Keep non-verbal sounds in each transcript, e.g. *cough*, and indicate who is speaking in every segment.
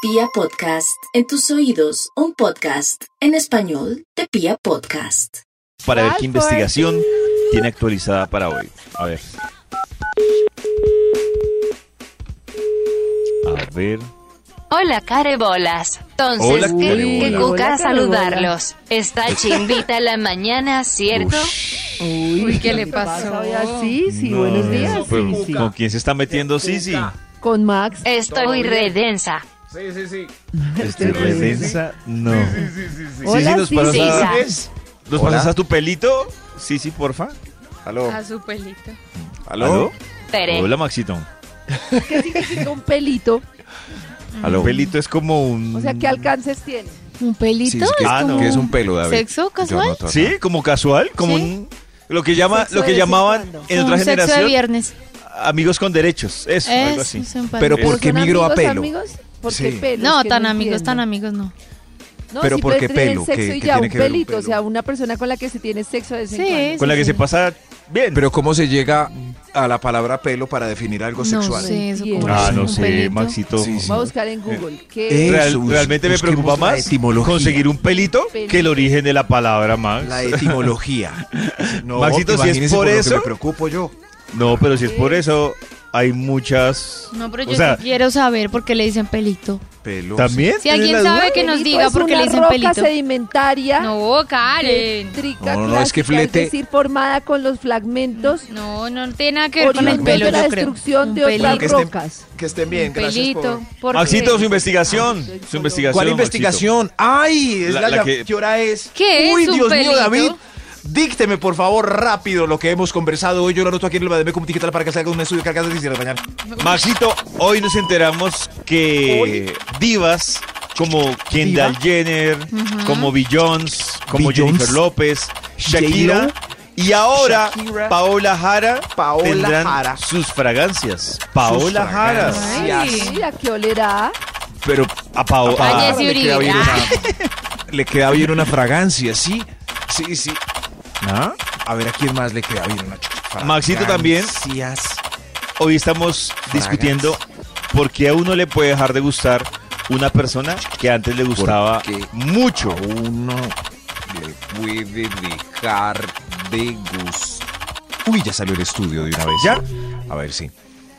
Speaker 1: Pia Podcast, en tus oídos, un podcast en español de Pia Podcast.
Speaker 2: para ver qué investigación tiene actualizada para hoy. A ver. A ver.
Speaker 3: Hola carebolas.
Speaker 2: Hola,
Speaker 3: Entonces, qué-
Speaker 2: carebolas.
Speaker 3: qué
Speaker 4: Hola,
Speaker 3: cuca
Speaker 4: carebolas.
Speaker 3: saludarlos.
Speaker 2: *laughs*
Speaker 3: Está chimbita la mañana, ¿cierto?
Speaker 2: Ush.
Speaker 4: Uy,
Speaker 5: ¿qué le pasó?
Speaker 4: hoy a Sisi?
Speaker 2: No,
Speaker 4: Eh, buenos días,
Speaker 2: pero
Speaker 4: Sisi.
Speaker 2: ¿Con quién se está metiendo Sisi?
Speaker 4: Con Max.
Speaker 3: Estoy
Speaker 5: Todo
Speaker 3: redensa.
Speaker 5: Sí, sí, sí.
Speaker 2: ¿Este redensa? No.
Speaker 5: Sí, sí, sí.
Speaker 4: Hola,
Speaker 2: Sisi, ¿nos
Speaker 4: Sisi.
Speaker 2: pasas, ¿nos
Speaker 6: Hola.
Speaker 2: pasas a tu pelito? Sisi, porfa.
Speaker 6: Aló,
Speaker 5: A su pelito.
Speaker 2: ¿Aló?
Speaker 6: aló.
Speaker 3: Pere.
Speaker 2: Hola, Maxito.
Speaker 4: Mm. ¿Qué significa un pelito?
Speaker 2: Un pelito es como un...
Speaker 4: O sea,
Speaker 6: Mm.
Speaker 4: ¿qué alcances tiene?
Speaker 7: ¿Un
Speaker 6: Sí,
Speaker 7: pelito?
Speaker 6: es que,
Speaker 2: Ah,
Speaker 6: es-
Speaker 2: no.
Speaker 6: que es un pelo, David.
Speaker 7: ¿Sexo casual?
Speaker 6: Yo no,
Speaker 2: Sí,
Speaker 6: todavía
Speaker 2: como casual, como
Speaker 7: Sí.
Speaker 2: un... Lo que, llama,
Speaker 4: Sexo
Speaker 2: lo que
Speaker 4: de vez en
Speaker 2: llamaban
Speaker 4: cuando.
Speaker 2: en
Speaker 7: Como
Speaker 2: otra
Speaker 7: un sexo de
Speaker 2: generación
Speaker 7: viernes.
Speaker 2: amigos con derechos. Eso, algo
Speaker 7: Es,
Speaker 2: así.
Speaker 7: es un pan-
Speaker 6: Pero
Speaker 2: ¿por
Speaker 4: ¿Pero
Speaker 6: qué
Speaker 4: son
Speaker 6: migró a
Speaker 4: amigos,
Speaker 6: pelo?
Speaker 4: amigos? ¿Por qué
Speaker 6: Sí.
Speaker 4: pelo?
Speaker 7: No,
Speaker 4: Es que
Speaker 7: tan amigos, tan
Speaker 4: entiendo.
Speaker 7: amigos no.
Speaker 4: No,
Speaker 6: Pero
Speaker 4: sí,
Speaker 6: ¿por qué
Speaker 4: entre el
Speaker 6: pelo?
Speaker 4: Sexo
Speaker 6: ¿Qué-
Speaker 4: y
Speaker 6: qué
Speaker 4: ya,
Speaker 6: tiene
Speaker 4: un
Speaker 6: que ver un
Speaker 4: pelito, o
Speaker 6: pelo?
Speaker 4: sea, una persona con la que se tiene sexo de vez en
Speaker 7: Sí,
Speaker 4: cuando.
Speaker 2: Con la que
Speaker 7: Sí,
Speaker 2: se
Speaker 7: sí.
Speaker 2: pasa bien.
Speaker 6: Pero ¿cómo se llega a la palabra pelo para definir algo
Speaker 7: No
Speaker 6: sexual?
Speaker 7: sé, eso
Speaker 4: Bien.
Speaker 7: como
Speaker 2: Ah,
Speaker 7: es
Speaker 2: no
Speaker 7: un
Speaker 2: sé,
Speaker 7: pelito.
Speaker 2: Maxito.
Speaker 6: Sí, sí.
Speaker 4: Voy a buscar en Google. ¿Qué
Speaker 6: Eh,
Speaker 2: Real-
Speaker 6: Jesús,
Speaker 2: realmente me
Speaker 6: busquemos
Speaker 2: preocupa
Speaker 6: la
Speaker 2: más
Speaker 6: etimología.
Speaker 2: conseguir un pelito
Speaker 4: Pelito.
Speaker 2: que el origen de la palabra, Max.
Speaker 6: La etimología. No,
Speaker 2: Maxito, si es
Speaker 6: imagínese
Speaker 2: por
Speaker 6: lo que
Speaker 2: eso-
Speaker 6: me preocupo yo.
Speaker 2: *laughs* No, pero si es por eso, hay muchas...
Speaker 7: No, pero
Speaker 2: O
Speaker 7: yo
Speaker 2: sea-
Speaker 7: sí quiero saber por qué le dicen pelito.
Speaker 6: Pelo.
Speaker 2: ¿También?
Speaker 7: Si alguien
Speaker 2: ¿Tienes la duda?
Speaker 7: sabe que nos
Speaker 4: Pelito
Speaker 7: diga
Speaker 4: es
Speaker 7: por qué
Speaker 4: una
Speaker 7: le dicen
Speaker 4: roca
Speaker 7: pelito.
Speaker 4: sedimentaria.
Speaker 7: No, Karen.
Speaker 4: eléctrica
Speaker 6: No, no, no, es que
Speaker 4: clásica,
Speaker 6: flete-
Speaker 4: decir, formada con los fragmentos
Speaker 7: No, no tiene nada que ver con el
Speaker 4: oriundos
Speaker 7: pelo,
Speaker 4: de la
Speaker 7: yo creo.
Speaker 4: destrucción
Speaker 7: Un
Speaker 4: de otras
Speaker 6: pelito.
Speaker 4: rocas.
Speaker 6: Que estén bien, gracias
Speaker 7: pelito.
Speaker 6: por...
Speaker 7: ¿por
Speaker 2: Maxito,
Speaker 7: qué?
Speaker 2: su investigación.
Speaker 4: Ah, soy
Speaker 2: Su
Speaker 4: colombiana.
Speaker 2: investigación. Maxito?
Speaker 6: ¿Cuál investigación? ¡Ay! Es
Speaker 2: La-
Speaker 6: la,
Speaker 2: la
Speaker 6: ya-
Speaker 2: que-
Speaker 6: ¿Qué hora es?
Speaker 7: ¿Qué es
Speaker 6: Uy,
Speaker 7: un
Speaker 6: Dios mío,
Speaker 7: pelito?
Speaker 6: David. Dícteme, por favor, rápido lo que hemos conversado hoy. Yo lo anoto aquí en el Bademe como digital para que salga un estudio cargado de de mañana.
Speaker 2: Maxito, hoy nos enteramos que divas como Kendall Jenner, como Beyoncé, como
Speaker 6: Beyoncé,
Speaker 2: Jennifer López, Shakira
Speaker 6: J.Lo,
Speaker 2: y ahora
Speaker 6: Shakira,
Speaker 2: Paola Jara
Speaker 6: Paola
Speaker 2: tendrán
Speaker 6: Jara.
Speaker 2: sus fragancias. Paola Jara.
Speaker 6: fragancias.
Speaker 7: Ay,
Speaker 6: Gracias.
Speaker 4: Mira, ¿qué olerá?
Speaker 2: Pero a Paola.
Speaker 7: Ay,
Speaker 6: Ah,
Speaker 7: es
Speaker 6: le,
Speaker 7: Uribe.
Speaker 6: queda bien una, le queda bien una fragancia, sí. Sí, sí. A ver, ¿a quién más le queda bien una chufa?
Speaker 2: ¿Ah? Maxito también.
Speaker 6: Fragancias.
Speaker 2: Hoy estamos discutiendo por qué a uno le puede dejar de gustar una persona que antes le gustaba
Speaker 6: Porque
Speaker 2: mucho.
Speaker 6: A uno le puede dejar de gustar. Uy, ya salió el estudio de una vez.
Speaker 2: ¿Ya?
Speaker 6: A ver, sí.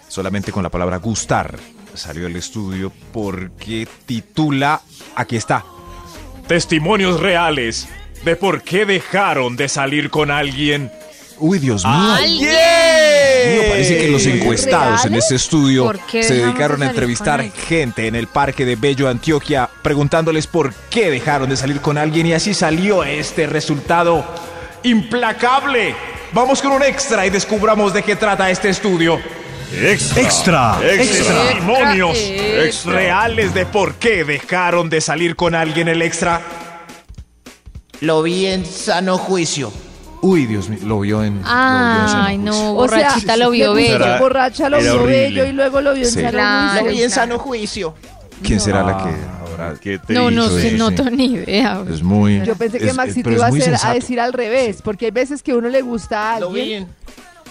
Speaker 6: Solamente con la palabra gustar salió el estudio porque titula. Aquí está.
Speaker 8: testimonios reales de por qué dejaron de salir con alguien.
Speaker 6: Uy, Dios mío.
Speaker 7: Alguien.
Speaker 6: Mío, parece que los encuestados en este estudio
Speaker 7: ¿Por qué
Speaker 6: se
Speaker 7: dejamos
Speaker 6: dedicaron
Speaker 7: de
Speaker 6: a
Speaker 7: salir
Speaker 6: entrevistar
Speaker 7: con alguien?
Speaker 6: gente en el parque de Bello, Antioquia, preguntándoles por qué dejaron de salir con alguien y así salió este resultado implacable. Vamos con un extra y descubramos de qué trata este estudio. Extra.
Speaker 2: Extra.
Speaker 8: Testimonios
Speaker 2: Extra.
Speaker 8: reales de por qué dejaron de salir con alguien el extra.
Speaker 9: Lo vi en sano juicio.
Speaker 6: Uy, Dios mío, lo vio en... lo vio en San
Speaker 7: Ay,
Speaker 2: pues.
Speaker 6: Juan.
Speaker 7: no,
Speaker 4: O sea,
Speaker 7: borrachita lo vio
Speaker 4: le gustó,
Speaker 2: Era-
Speaker 7: bello.
Speaker 4: Borracha lo
Speaker 2: era
Speaker 4: vio
Speaker 2: horrible.
Speaker 4: bello y luego lo vio
Speaker 6: Sí.
Speaker 4: en
Speaker 7: Claro.
Speaker 9: Lo vi en
Speaker 7: Exacto.
Speaker 9: sano juicio.
Speaker 6: ¿Quién será la que
Speaker 2: Ahora,
Speaker 6: ahora?
Speaker 2: qué te
Speaker 7: No, no
Speaker 2: hizo
Speaker 7: se
Speaker 6: sí,
Speaker 2: eso?
Speaker 7: notó ni idea. güey.
Speaker 6: Es muy...
Speaker 4: Yo pensé que
Speaker 6: es- es-
Speaker 4: Maxito
Speaker 6: pero es
Speaker 4: iba a, ah,
Speaker 6: muy
Speaker 4: ser- a
Speaker 6: sensato.
Speaker 4: decir al revés, porque hay veces que uno le gusta a
Speaker 9: Lo vi
Speaker 4: alguien
Speaker 9: en,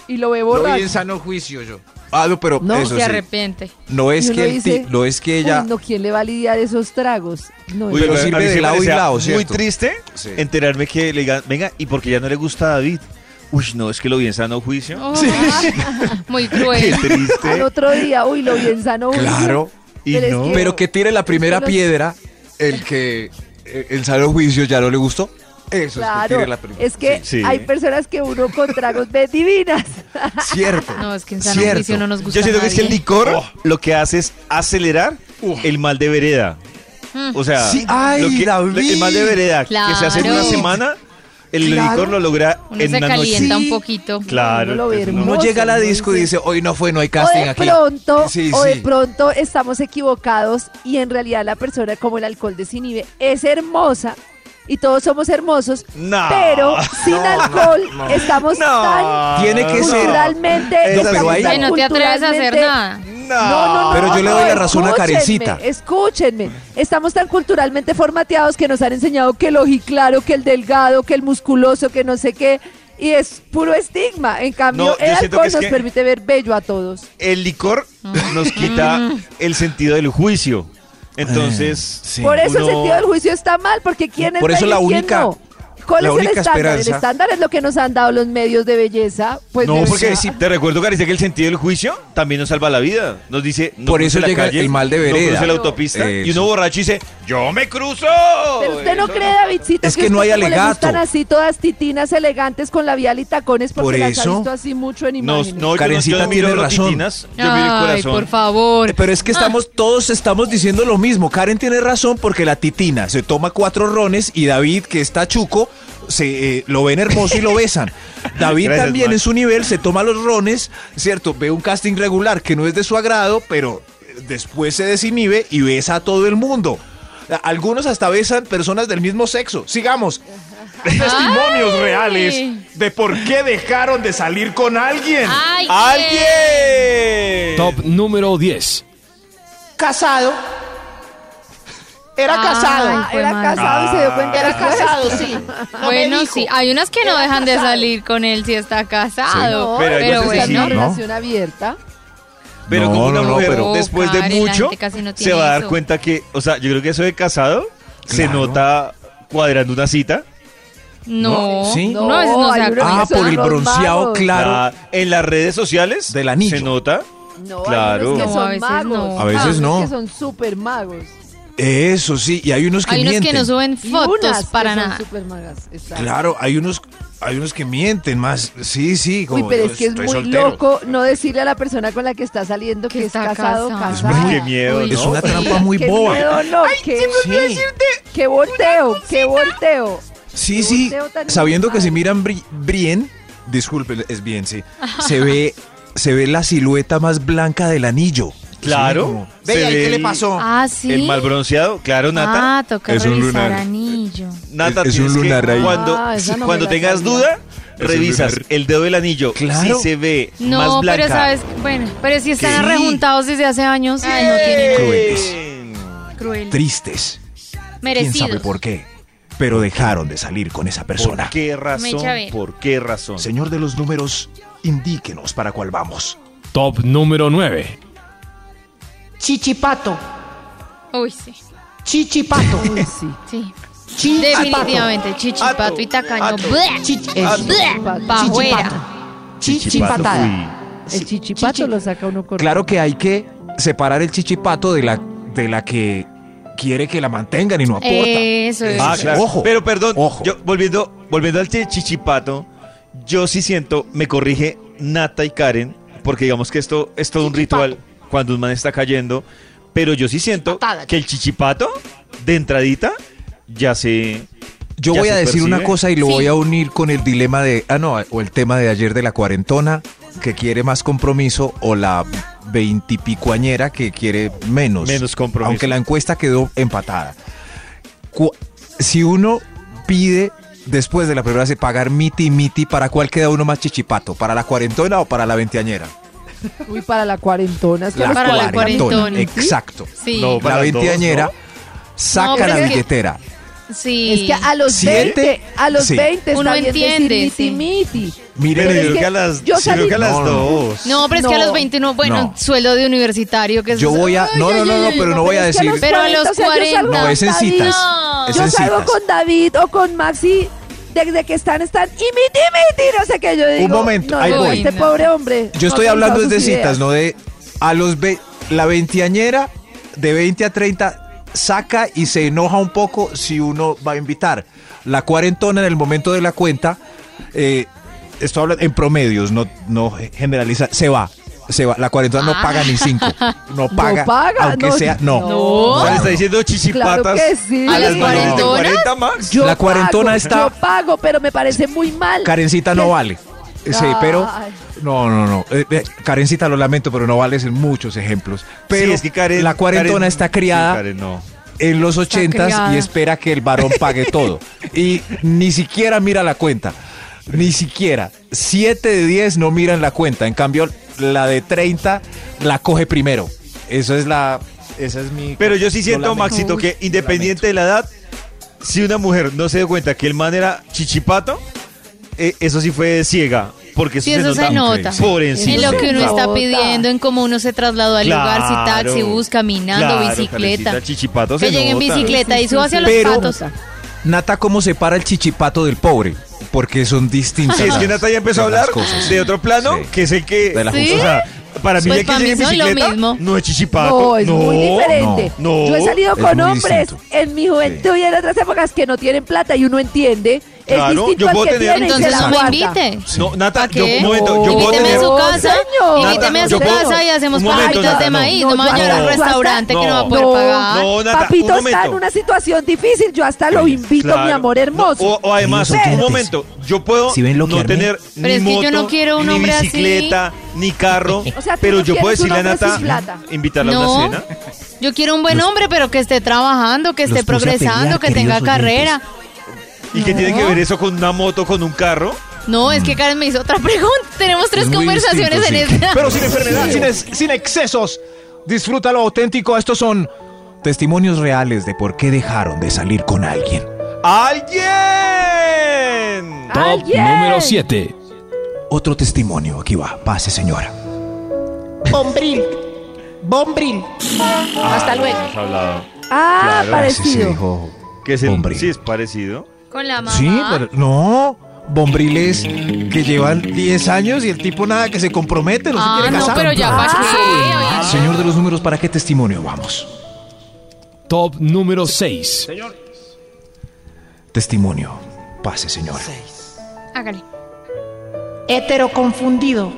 Speaker 4: y lo ve
Speaker 9: lo vi en
Speaker 4: borracho.
Speaker 9: sano juicio yo.
Speaker 6: Ah, no, pero
Speaker 7: No,
Speaker 6: eso
Speaker 7: se
Speaker 6: sí.
Speaker 7: arrepiente.
Speaker 6: No es
Speaker 4: Y uno
Speaker 6: que, el ti-
Speaker 4: dice,
Speaker 6: no es que
Speaker 4: Uy,
Speaker 6: ella...
Speaker 4: no, ¿quién le va a lidiar esos tragos?
Speaker 2: Uy,
Speaker 4: No, no.
Speaker 6: Pues Pero
Speaker 2: a- a
Speaker 6: sirve
Speaker 2: mí
Speaker 6: de
Speaker 2: se me
Speaker 6: lado y
Speaker 2: parecía
Speaker 6: lado,
Speaker 2: Muy
Speaker 6: ¿cierto?
Speaker 2: triste
Speaker 6: Sí.
Speaker 2: enterarme que le digan, venga, y porque ya no le gusta a David. Uy, no, es que lo vi en sano juicio.
Speaker 7: Oh,
Speaker 2: *laughs*
Speaker 7: Muy
Speaker 2: Qué *laughs*
Speaker 7: cruel.
Speaker 4: Al
Speaker 2: triste.
Speaker 4: otro día, uy, lo vi en sano juicio.
Speaker 6: este *laughs* Claro.
Speaker 2: Y
Speaker 4: Pero es
Speaker 2: no.
Speaker 4: que-
Speaker 6: Pero que tire la primera
Speaker 4: Solo-
Speaker 6: piedra
Speaker 4: *laughs*
Speaker 6: el que eh, el sano juicio ya no le gustó. Eso es que
Speaker 4: Claro,
Speaker 6: tire la primera.
Speaker 4: es que
Speaker 2: Sí.
Speaker 4: hay personas que uno con tragos ve divinas. *laughs*
Speaker 6: Cierto.
Speaker 7: No, es que en sano
Speaker 6: Cierto.
Speaker 7: juicio no nos gusta.
Speaker 2: Yo siento que
Speaker 7: a
Speaker 2: es que el
Speaker 7: nadie.
Speaker 2: licor Oh. lo que hace es acelerar el mal de vereda.
Speaker 7: Mm.
Speaker 2: O sea,
Speaker 6: Sí, ay,
Speaker 2: lo que-
Speaker 6: David.
Speaker 2: lo- el mal de vereda que se hace en una
Speaker 7: Claro.
Speaker 2: semana, el
Speaker 6: Claro.
Speaker 2: licor lo logra
Speaker 7: Uno
Speaker 2: en
Speaker 7: se
Speaker 2: una noche.
Speaker 7: calienta
Speaker 6: Sí.
Speaker 7: un poquito.
Speaker 2: Claro.
Speaker 4: Uno lo ve
Speaker 2: entonces,
Speaker 4: hermoso.
Speaker 6: Uno llega a la
Speaker 4: uno
Speaker 6: disco y dice, hoy no fue, no hay
Speaker 4: O
Speaker 6: casting
Speaker 4: de
Speaker 6: aquí.
Speaker 4: pronto,
Speaker 6: Sí,
Speaker 4: o de
Speaker 6: sí.
Speaker 4: pronto estamos equivocados y en realidad la persona como el alcohol desinhibe es hermosa y todos somos hermosos,
Speaker 6: Ah.
Speaker 2: No.
Speaker 6: *laughs*
Speaker 4: pero sin alcohol estamos tan
Speaker 6: Tiene que ser.
Speaker 4: culturalmente,
Speaker 2: No,
Speaker 4: estamos
Speaker 6: pero ahí-
Speaker 4: tan
Speaker 7: Ay, no te atreves a hacer
Speaker 4: culturalmente-
Speaker 7: nada.
Speaker 2: No.
Speaker 4: No, no, no,
Speaker 6: Pero yo le
Speaker 4: no,
Speaker 6: doy la razón a
Speaker 4: escúchenme,
Speaker 6: Karencita.
Speaker 4: Escúchenme, estamos tan culturalmente formateados que nos han enseñado que el ojiclaro, que el delgado, que el musculoso, que no sé qué, y es puro estigma. En cambio,
Speaker 2: No, yo siento
Speaker 4: el
Speaker 2: que
Speaker 4: alcohol
Speaker 2: es
Speaker 4: nos
Speaker 2: que-
Speaker 4: permite ver bello a todos.
Speaker 7: Mm.
Speaker 2: el licor nos quita el sentido del juicio. Entonces,
Speaker 4: Por eso el
Speaker 2: uno-
Speaker 4: sentido del juicio está mal, porque ¿quién
Speaker 6: Por
Speaker 4: está
Speaker 6: eso la
Speaker 4: y quién
Speaker 6: única-
Speaker 4: no? ¿Cuál
Speaker 6: la
Speaker 4: es el
Speaker 6: única
Speaker 4: estándar? El
Speaker 6: esperanza-
Speaker 4: estándar es lo que nos han dado los medios de belleza. Pues
Speaker 2: No,
Speaker 4: de
Speaker 2: porque
Speaker 4: verdad.
Speaker 2: si te recuerdo, Caricia, que el sentido del juicio también nos salva la vida. Nos dice, no
Speaker 6: Por
Speaker 2: cruce
Speaker 6: eso
Speaker 2: la
Speaker 6: llega
Speaker 2: calle,
Speaker 6: el mal de
Speaker 2: No
Speaker 6: vereda.
Speaker 2: cruce la autopista. Y
Speaker 6: Eso.
Speaker 2: uno borracho dice, yo me cruzo.
Speaker 4: Pero usted no
Speaker 2: Eso
Speaker 4: cree, Davidcito,
Speaker 6: Es que no
Speaker 4: usted
Speaker 6: hay
Speaker 4: como le
Speaker 6: alegato.
Speaker 4: gustan así todas titinas elegantes con labial y tacones porque
Speaker 6: Por
Speaker 4: las ha
Speaker 6: eso-
Speaker 4: visto así mucho en
Speaker 2: No,
Speaker 4: imágenes.
Speaker 2: no, yo no, yo
Speaker 6: Karencita
Speaker 2: no miro
Speaker 6: tiene
Speaker 2: las
Speaker 6: razón.
Speaker 2: titinas, yo miro el
Speaker 7: Ay,
Speaker 2: corazón.
Speaker 7: por favor.
Speaker 6: Eh, Pero es que estamos, todos estamos diciendo lo mismo. Karen tiene razón porque la titina se toma cuatro rones y David, que está chuco, se, eh, lo ven hermoso y lo besan. David
Speaker 2: Gracias,
Speaker 6: también
Speaker 2: Max.
Speaker 6: en su nivel se toma los rones, ¿cierto? Ve un casting regular que no es de su agrado, pero eh, después se desinhibe y besa a todo el mundo. A- Algunos hasta besan personas del mismo sexo. Sigamos.
Speaker 8: Testimonios
Speaker 7: Ay.
Speaker 8: reales de por qué dejaron de salir con alguien.
Speaker 7: Ay,
Speaker 2: ¡Alguien!
Speaker 7: qué-
Speaker 10: Top número 10.
Speaker 9: Casado. Era
Speaker 7: Ay,
Speaker 9: casado.
Speaker 4: Ah,
Speaker 7: fue
Speaker 4: era
Speaker 7: madre.
Speaker 4: casado y se dio cuenta.
Speaker 9: Era
Speaker 4: después.
Speaker 9: casado, sí. No me
Speaker 7: Bueno,
Speaker 9: dijo.
Speaker 7: sí, hay unas que no
Speaker 4: Era
Speaker 7: dejan de
Speaker 4: casado.
Speaker 7: salir con él si está
Speaker 4: *laughs*
Speaker 7: casado.
Speaker 4: No,
Speaker 2: Pero
Speaker 7: pero
Speaker 2: hay veces
Speaker 4: es
Speaker 2: que sí,
Speaker 7: bueno,
Speaker 4: una relación abierta.
Speaker 2: Pero
Speaker 6: No,
Speaker 2: como una
Speaker 6: no, no,
Speaker 2: mujer
Speaker 7: pero-
Speaker 2: después de
Speaker 7: Karen, la
Speaker 2: mucho
Speaker 7: gente casi no
Speaker 2: se
Speaker 7: tiene
Speaker 2: va a dar
Speaker 7: eso.
Speaker 2: cuenta que, o sea, yo creo que eso de casado se
Speaker 6: Claro.
Speaker 2: nota cuadrando una cita.
Speaker 7: no,
Speaker 6: ¿Sí?
Speaker 7: no, a veces no se
Speaker 4: hay unos
Speaker 7: da
Speaker 6: Ah,
Speaker 7: cuenta.
Speaker 4: que son
Speaker 6: por el
Speaker 4: los
Speaker 6: bronceado
Speaker 4: magos.
Speaker 6: Claro.
Speaker 2: Ah, en las redes sociales
Speaker 6: Del anillo.
Speaker 2: se nota.
Speaker 4: No,
Speaker 2: Claro.
Speaker 4: hay unos que
Speaker 7: No,
Speaker 4: son
Speaker 7: a veces
Speaker 4: magos.
Speaker 7: no.
Speaker 6: A veces
Speaker 4: Hay unos
Speaker 6: no.
Speaker 4: que son súper magos.
Speaker 6: Eso sí, y hay unos que
Speaker 7: Hay unos que
Speaker 6: mienten.
Speaker 7: no suben
Speaker 4: Y
Speaker 7: fotos
Speaker 4: unas
Speaker 7: para
Speaker 4: que son
Speaker 7: nada.
Speaker 4: súper magas, exacto.
Speaker 6: Claro, hay unos, hay unos que mienten más. Sí, sí.
Speaker 4: Uy,
Speaker 6: como
Speaker 4: pero
Speaker 6: yo
Speaker 4: es que es
Speaker 6: estoy
Speaker 4: muy
Speaker 6: soltero.
Speaker 4: loco no decirle a la persona con la que está saliendo que,
Speaker 7: Que
Speaker 4: está
Speaker 7: está
Speaker 4: casado,
Speaker 7: casado.
Speaker 4: casada.
Speaker 6: Pues
Speaker 2: Qué miedo,
Speaker 7: Uy,
Speaker 2: ¿no?
Speaker 6: Es una
Speaker 4: *laughs*
Speaker 7: Sí.
Speaker 6: trampa muy
Speaker 4: Qué
Speaker 6: boba.
Speaker 4: miedo, no, qué,
Speaker 6: Sí,
Speaker 4: qué volteo, qué volteo.
Speaker 6: sí,
Speaker 4: Qué
Speaker 6: sí.
Speaker 4: volteo tan
Speaker 6: Sabiendo que si
Speaker 4: inmamable.
Speaker 6: miran bri- bien, disculpen, es
Speaker 4: *laughs*
Speaker 6: bien, sí. Se ve, se ve la silueta más blanca del anillo.
Speaker 2: Claro.
Speaker 9: Ve,
Speaker 2: Se
Speaker 9: ¿y ahí
Speaker 2: ve
Speaker 9: qué le
Speaker 2: el-
Speaker 9: pasó?
Speaker 7: Ah, sí.
Speaker 2: El mal bronceado, claro, Nata.
Speaker 7: Ah, toca
Speaker 6: Es un
Speaker 7: revisar
Speaker 6: lunar.
Speaker 7: anillo.
Speaker 2: Nata,
Speaker 6: Es- es
Speaker 2: tienes
Speaker 6: un
Speaker 2: que
Speaker 6: lunar ahí.
Speaker 2: Cuando,
Speaker 4: Ah, esa no
Speaker 2: cuando
Speaker 4: me la
Speaker 2: tengas
Speaker 4: sabía.
Speaker 2: duda,
Speaker 6: un
Speaker 2: revisas
Speaker 6: lunar.
Speaker 2: el dedo del anillo.
Speaker 6: Claro.
Speaker 2: Si se ve más
Speaker 7: No,
Speaker 2: blanca.
Speaker 7: pero sabes, bueno, pero si están
Speaker 6: ¿Qué?
Speaker 7: rejuntados desde hace años, ay, no tiene
Speaker 6: Crueles,
Speaker 7: cruel.
Speaker 6: tristes. ¿Quién sabe
Speaker 7: Merecidos.
Speaker 6: por qué? Pero dejaron de salir con esa
Speaker 2: ¿Por
Speaker 6: persona.
Speaker 2: qué
Speaker 7: Me echa a
Speaker 2: razón?
Speaker 7: ver.
Speaker 2: ¿Por qué razón?
Speaker 6: Señor de los números, indíquenos para cuál vamos.
Speaker 10: Top número 9.
Speaker 9: Chichipato.
Speaker 7: Uy, sí.
Speaker 9: Chichipato.
Speaker 4: Uy, sí.
Speaker 7: Sí.
Speaker 9: Chichipato.
Speaker 7: Definitivamente, chichipato y tacaño.
Speaker 2: Ato.
Speaker 7: Bleh,
Speaker 9: Chich- es-
Speaker 7: bleh, pa'
Speaker 9: Chichipato.
Speaker 7: afuera.
Speaker 9: Chichipatada.
Speaker 4: El chichipato
Speaker 9: chichi-
Speaker 4: lo saca uno con
Speaker 6: Claro que hay que separar el chichipato de la, de la que quiere que la mantengan y no aporta.
Speaker 7: Eso es.
Speaker 2: Ah, claro.
Speaker 6: Ojo,
Speaker 2: Pero perdón,
Speaker 6: ojo.
Speaker 2: yo volviendo, volviendo al chi- chichipato, yo sí siento, me corrige Nata y Karen, porque digamos que esto es todo un
Speaker 9: Chichipato.
Speaker 2: ritual cuando un man está cayendo, pero yo sí siento
Speaker 9: Patada.
Speaker 2: que el chichipato de entradita ya se
Speaker 6: Yo
Speaker 2: Ya
Speaker 6: voy a
Speaker 2: se
Speaker 6: decir
Speaker 2: percibe.
Speaker 6: una cosa y lo
Speaker 7: Sí.
Speaker 6: voy a unir con el dilema de, ah, no, o el tema de ayer de la cuarentona que quiere más compromiso o la veintipicuañera que quiere menos.
Speaker 2: Menos compromiso.
Speaker 6: Pues, Aunque la encuesta quedó empatada. Cu- si uno pide después de la primera vez pagar miti miti, ¿para cuál queda uno más chichipato? ¿Para la cuarentona o para la veinteañera?
Speaker 4: Uy, para la cuarentona. es que
Speaker 7: La
Speaker 4: los
Speaker 7: para la
Speaker 4: cuarenta-
Speaker 7: cuarentona.
Speaker 6: Exacto.
Speaker 7: Sí.
Speaker 2: No,
Speaker 6: La
Speaker 2: Para las dos,
Speaker 6: veinteañera
Speaker 2: ¿no?
Speaker 7: No,
Speaker 6: saca
Speaker 7: pero
Speaker 6: la
Speaker 7: es que-
Speaker 6: billetera.
Speaker 7: Sí.
Speaker 4: Es que a los
Speaker 6: ¿Siete?
Speaker 4: 20, a los
Speaker 6: Sí.
Speaker 4: 20 está
Speaker 7: Uno
Speaker 4: bien
Speaker 7: entiende,
Speaker 4: decir
Speaker 7: sí.
Speaker 4: miti, miti.
Speaker 6: Mire,
Speaker 2: Pero
Speaker 4: es
Speaker 2: yo creo
Speaker 4: que
Speaker 2: que a las, yo
Speaker 4: yo
Speaker 2: creo
Speaker 4: salí-
Speaker 2: que a las
Speaker 6: No, no.
Speaker 2: dos.
Speaker 7: No, pero es que a
Speaker 4: No,
Speaker 7: los 29, bueno,
Speaker 6: no.
Speaker 7: sueldo de universitario que es
Speaker 6: Yo voy a.
Speaker 7: Ay,
Speaker 6: No,
Speaker 7: ay,
Speaker 6: no, no,
Speaker 7: ay,
Speaker 6: no,
Speaker 7: ay,
Speaker 6: pero no voy a
Speaker 4: es que
Speaker 6: decir.
Speaker 7: Pero a los
Speaker 4: o sea, yo salgo
Speaker 7: 40.
Speaker 6: No, es en
Speaker 4: con David,
Speaker 6: citas.
Speaker 7: No.
Speaker 6: Es
Speaker 4: Yo
Speaker 6: en
Speaker 4: salgo
Speaker 6: citas.
Speaker 4: con David o con Maxi desde que están, están y miti, miti, no sé qué. Yo digo,
Speaker 6: momento,
Speaker 4: no,
Speaker 6: ahí
Speaker 4: no,
Speaker 7: voy.
Speaker 4: Este pobre hombre.
Speaker 6: Yo estoy
Speaker 4: no ha
Speaker 6: hablando es
Speaker 4: pensado
Speaker 6: de
Speaker 4: sus
Speaker 6: citas,
Speaker 4: ideas.
Speaker 6: no de. A los. Ve, la veinteañera, de 20 a 30, saca y se enoja un poco si uno va a invitar. La cuarentona, en el momento de la cuenta, eh, estoy hablando en promedios, no, no generaliza, se va. Se va. La cuarentona no paga ni cinco.
Speaker 4: *laughs*
Speaker 6: No paga.
Speaker 4: Ah. paga,
Speaker 6: aunque
Speaker 4: no.
Speaker 6: sea. No.
Speaker 7: No.
Speaker 2: O sea, le está diciendo chichipatas
Speaker 4: Claro que sí.
Speaker 2: a las
Speaker 7: ¿A
Speaker 2: mayores
Speaker 7: las
Speaker 2: de
Speaker 7: cuarentonas?
Speaker 2: 40 Max.
Speaker 4: Yo
Speaker 6: La cuarentona
Speaker 4: pago,
Speaker 6: está-
Speaker 4: Yo pago, pero me parece muy mal.
Speaker 6: Karencita no
Speaker 4: que-
Speaker 6: vale. Eh, Sí, pero.
Speaker 4: Ay.
Speaker 6: No, no, no. Eh, eh, Karencita, lo lamento, pero no vales en muchos ejemplos. Pero
Speaker 2: Sí, es que Karen-
Speaker 6: la cuarentona
Speaker 2: Karen-
Speaker 6: está criada
Speaker 2: Sí, Karen, no.
Speaker 6: en los ochentas
Speaker 7: criada.
Speaker 6: y espera que el varón pague todo. y ni siquiera mira la cuenta. Ni siquiera. Siete de 10 no miran la cuenta. En cambio, la de 30 la coge primero. Eso es la. Esa es mi.
Speaker 2: Pero yo sí
Speaker 6: lo
Speaker 2: siento,
Speaker 6: lamento.
Speaker 2: Maxito, que independiente de la edad, si una mujer no se dio cuenta que el man era chichipato, eh, eso sí fue ciega. Porque
Speaker 7: Sí, eso se nota.
Speaker 2: por encima.
Speaker 7: en lo que uno
Speaker 2: Claro,
Speaker 7: está
Speaker 4: Nota.
Speaker 7: pidiendo, en cómo uno se trasladó al lugar, si taxi, bus, caminando,
Speaker 2: claro,
Speaker 7: bicicleta.
Speaker 2: Karencita, Chichipato se
Speaker 7: Que llegue en
Speaker 2: nota.
Speaker 7: bicicleta y suba hacia los
Speaker 6: Pero-
Speaker 7: patos.
Speaker 6: Nata, ¿cómo separa el chichipato del pobre? Porque son distintas.
Speaker 2: Sí, *laughs* es que
Speaker 6: las-
Speaker 2: Nata ya empezó a
Speaker 6: las
Speaker 2: hablar
Speaker 6: cosas.
Speaker 2: de otro plano,
Speaker 6: Sí.
Speaker 2: que es el que...
Speaker 6: De la
Speaker 7: ¿Sí?
Speaker 2: O sea, para mí
Speaker 7: Pues
Speaker 2: el que
Speaker 7: para mí
Speaker 2: llegue en
Speaker 7: son lo
Speaker 2: bicicleta
Speaker 7: mismo.
Speaker 2: no es chichipato.
Speaker 4: No, es muy diferente.
Speaker 2: no,
Speaker 4: Yo he salido
Speaker 6: es
Speaker 4: con
Speaker 6: muy
Speaker 4: hombres
Speaker 6: distinto.
Speaker 4: en mi juventud y en otras épocas que no tienen plata y uno entiende.
Speaker 2: Claro,
Speaker 4: es distinto
Speaker 2: yo puedo
Speaker 4: al que
Speaker 2: tener-
Speaker 4: tiene y se
Speaker 7: Entonces
Speaker 4: la
Speaker 7: no me
Speaker 4: guarda.
Speaker 7: invite.
Speaker 2: No, Nata, yo,
Speaker 7: qué?
Speaker 2: un momento, yo
Speaker 4: No,
Speaker 2: puedo
Speaker 7: Invíteme
Speaker 2: tener...
Speaker 7: a su casa,
Speaker 4: señor.
Speaker 7: invíteme a su
Speaker 2: Nata, yo puedo-
Speaker 7: casa y hacemos
Speaker 2: un momento,
Speaker 7: palomitas
Speaker 2: Nata,
Speaker 7: de
Speaker 2: no.
Speaker 7: maíz.
Speaker 4: No,
Speaker 7: No, me vaya a llevar
Speaker 2: no.
Speaker 7: al restaurante que no va a poder
Speaker 4: No.
Speaker 7: pagar.
Speaker 2: No, Nata,
Speaker 4: Papito
Speaker 2: un
Speaker 4: está
Speaker 2: momento.
Speaker 4: en una situación difícil, yo hasta lo invito,
Speaker 2: Claro.
Speaker 4: mi amor hermoso.
Speaker 2: No, oh, o, o además,
Speaker 6: Niños
Speaker 2: un
Speaker 6: oyentes,
Speaker 2: momento, yo puedo
Speaker 6: si ven lo que
Speaker 2: no
Speaker 6: armé.
Speaker 2: tener
Speaker 7: Pero
Speaker 2: ni
Speaker 7: es que yo
Speaker 2: moto,
Speaker 7: no quiero un
Speaker 2: ni
Speaker 7: hombre así.
Speaker 2: bicicleta, ni carro,
Speaker 4: O sea, tú
Speaker 2: pero
Speaker 4: no
Speaker 2: yo puedo
Speaker 4: quieres un
Speaker 2: decirle a
Speaker 4: hombre sin
Speaker 2: Nata,
Speaker 4: plata.
Speaker 2: invitarla a
Speaker 7: No.
Speaker 2: una cena.
Speaker 7: Yo quiero un buen hombre, pero que esté trabajando, que esté
Speaker 6: los puse a
Speaker 7: progresando,
Speaker 6: pelear,
Speaker 7: que tenga
Speaker 6: queridos oyentes.
Speaker 7: carrera.
Speaker 2: ¿Y qué tiene que ver eso con una moto, con un carro?
Speaker 7: No, es que Karen me hizo otra pregunta. *laughs* Tenemos tres
Speaker 6: muy
Speaker 7: conversaciones
Speaker 6: distinto, sí.
Speaker 7: en esta.
Speaker 6: Pero
Speaker 8: Pero sin enfermedad, sin, es- sin excesos.
Speaker 6: Disfruta lo auténtico. Estos son testimonios reales de por qué dejaron de salir con alguien.
Speaker 2: ¡Alguien!
Speaker 10: Top
Speaker 4: ¡Alguien!
Speaker 10: número 7.
Speaker 6: Otro testimonio. Aquí va. Pase, señora.
Speaker 9: Bombril. Bombril. Hasta luego.
Speaker 2: Hemos hablado.
Speaker 4: Ah,
Speaker 2: Claro,
Speaker 6: Sí, sí,
Speaker 4: parecido.
Speaker 6: dijo.
Speaker 2: ¿Qué es el
Speaker 6: Hombre.
Speaker 2: Sí, es parecido.
Speaker 7: Con la mamá.
Speaker 6: Sí, pero no. Bombriles que llevan 10 años y el tipo nada que se compromete, no se
Speaker 7: Ah,
Speaker 6: quiere
Speaker 7: no,
Speaker 6: casar. pues.
Speaker 7: pero ya pa' qué. oye.
Speaker 6: Señor de los números, ¿para qué testimonio vamos?
Speaker 10: Top número 6.
Speaker 6: Testimonio. Pase, señora.
Speaker 7: Hágale.
Speaker 9: Hétero confundido.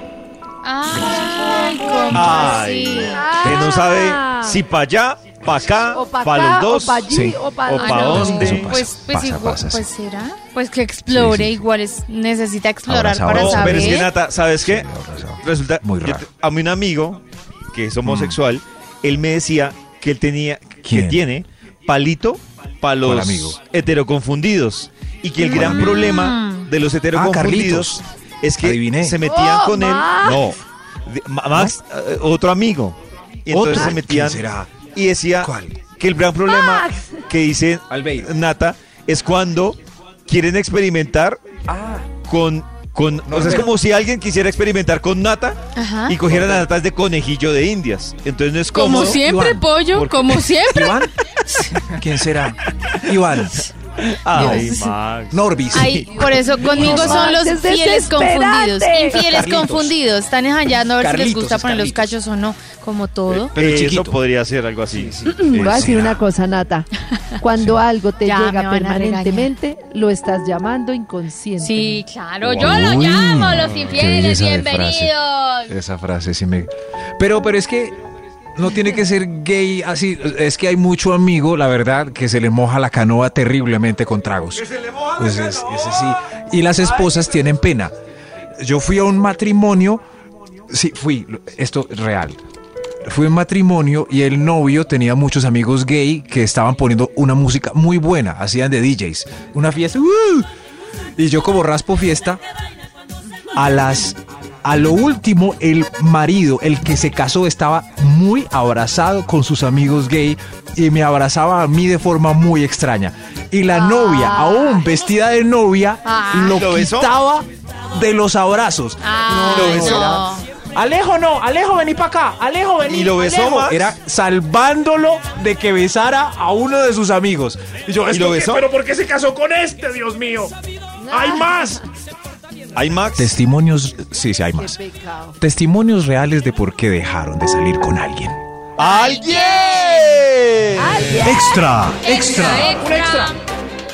Speaker 7: Ay, ¿cómo así?
Speaker 2: Ay, que no
Speaker 4: Ah.
Speaker 2: sabe si para allá, para acá,
Speaker 4: O pa'
Speaker 2: para
Speaker 4: acá,
Speaker 2: los dos.
Speaker 4: o pa' allí,
Speaker 6: sí.
Speaker 4: o pa'
Speaker 2: O
Speaker 4: allá.
Speaker 2: pa'
Speaker 7: no.
Speaker 2: dónde. Eso pasa,
Speaker 7: Pues, pues,
Speaker 6: pasa,
Speaker 7: igual-
Speaker 6: pasa,
Speaker 7: pues
Speaker 6: sí.
Speaker 7: será. Pues que explore,
Speaker 6: Sí, sí, sí.
Speaker 7: igual es, necesita explorar
Speaker 6: Abrazado,
Speaker 7: para
Speaker 2: No,
Speaker 6: abrazado.
Speaker 7: saber.
Speaker 2: pero es que Nata, ¿sabes qué?
Speaker 6: Sí, ahora sabe.
Speaker 2: Resulta
Speaker 6: Muy
Speaker 2: yo
Speaker 6: raro. Mm.
Speaker 2: te- a mí un amigo que es homosexual, él me decía que él tenía
Speaker 6: ¿Quién?
Speaker 2: que tiene palito para
Speaker 6: ¿Cuál
Speaker 2: los
Speaker 6: amigo?
Speaker 2: heteroconfundidos y que el gran
Speaker 6: amigo? Ah,
Speaker 2: problema de los heteroconfundidos es que
Speaker 6: Adiviné.
Speaker 2: se metían
Speaker 4: Ah. Oh,
Speaker 2: con
Speaker 4: Max.
Speaker 2: él, no, de- Ma- Max, eh, otro amigo. Y entonces
Speaker 6: ¿Otro?
Speaker 2: se metían
Speaker 6: ¿Quién será?
Speaker 2: y decía
Speaker 6: ¿Cuál?
Speaker 2: que el gran problema
Speaker 4: Max.
Speaker 2: que dice
Speaker 6: Albeida.
Speaker 2: Nata es cuando quieren experimentar con, con o sea, es como si alguien quisiera experimentar con nata
Speaker 7: Ajá.
Speaker 2: y cogieran las natas de conejillo de indias. Entonces no es
Speaker 7: Ah. Como
Speaker 2: cómodo.
Speaker 7: siempre,
Speaker 6: Iván?
Speaker 7: pollo,
Speaker 2: Porque-
Speaker 6: *laughs*
Speaker 7: como siempre.
Speaker 6: ¿Iván? ¿Quién será? Iván.
Speaker 2: Ay,
Speaker 7: Dios.
Speaker 2: Max.
Speaker 6: Norbis.
Speaker 7: Ay, por eso conmigo son los
Speaker 4: Es
Speaker 7: fieles
Speaker 4: desesperante.
Speaker 7: confundidos. Infieles
Speaker 6: Carlitos.
Speaker 7: confundidos. Están enjallando a ver si les
Speaker 6: Carlitos,
Speaker 7: gusta
Speaker 6: es
Speaker 7: poner los
Speaker 6: Carlitos.
Speaker 7: cachos o no, como todo.
Speaker 2: Eh, Pero
Speaker 6: Eh, Eso
Speaker 2: chiquito. podría ser algo así.
Speaker 4: Voy a decir
Speaker 6: será.
Speaker 4: una cosa,
Speaker 7: *laughs*
Speaker 4: Nata. Cuando algo te
Speaker 7: Ya, me
Speaker 4: llega
Speaker 7: van a
Speaker 4: permanentemente, lo estás llamando inconsciente.
Speaker 7: Sí, claro, yo lo llamo, los infieles, bienvenidos.
Speaker 6: Esa frase sí me. Pero, pero es que no tiene que ser gay así. Es que hay mucho amigo, la verdad, que se le moja la canoa terriblemente con tragos. Pues es- ese sí. Y las esposas tienen pena. Yo fui a un matrimonio. Sí, fui. Esto es real. Fui a un matrimonio y el novio tenía muchos amigos gay que estaban poniendo una música muy buena, hacían de DJs. Una fiesta. ¡uh! Y yo como raspo fiesta, a las a lo último el marido, el que se casó estaba muy abrazado con sus amigos gay y me abrazaba a mí de forma muy extraña. Y la novia, aún vestida de novia,
Speaker 7: Ah.
Speaker 6: lo,
Speaker 2: ¿Lo besó?
Speaker 6: quitaba de los abrazos.
Speaker 7: Ay, no.
Speaker 9: Alejo no, Alejo vení para acá. Alejo vení.
Speaker 2: Eh, Y lo besó
Speaker 9: Alejo.
Speaker 2: Max.
Speaker 6: Pues Era salvándolo de que besara a uno de sus amigos. Y yo,
Speaker 2: ¿Y lo
Speaker 6: ¿esto qué?
Speaker 2: besó?
Speaker 8: ¿Pero por qué se casó con este, Dios mío? ¡Hay más!
Speaker 2: Hay Max.
Speaker 6: Testimonios, sí, sí, hay más. Testimonios reales de por qué dejaron de salir con alguien.
Speaker 2: ¡Alguien! Eh,
Speaker 7: Ah,
Speaker 6: Extra,
Speaker 7: Extra,
Speaker 8: Un extra.
Speaker 7: extra.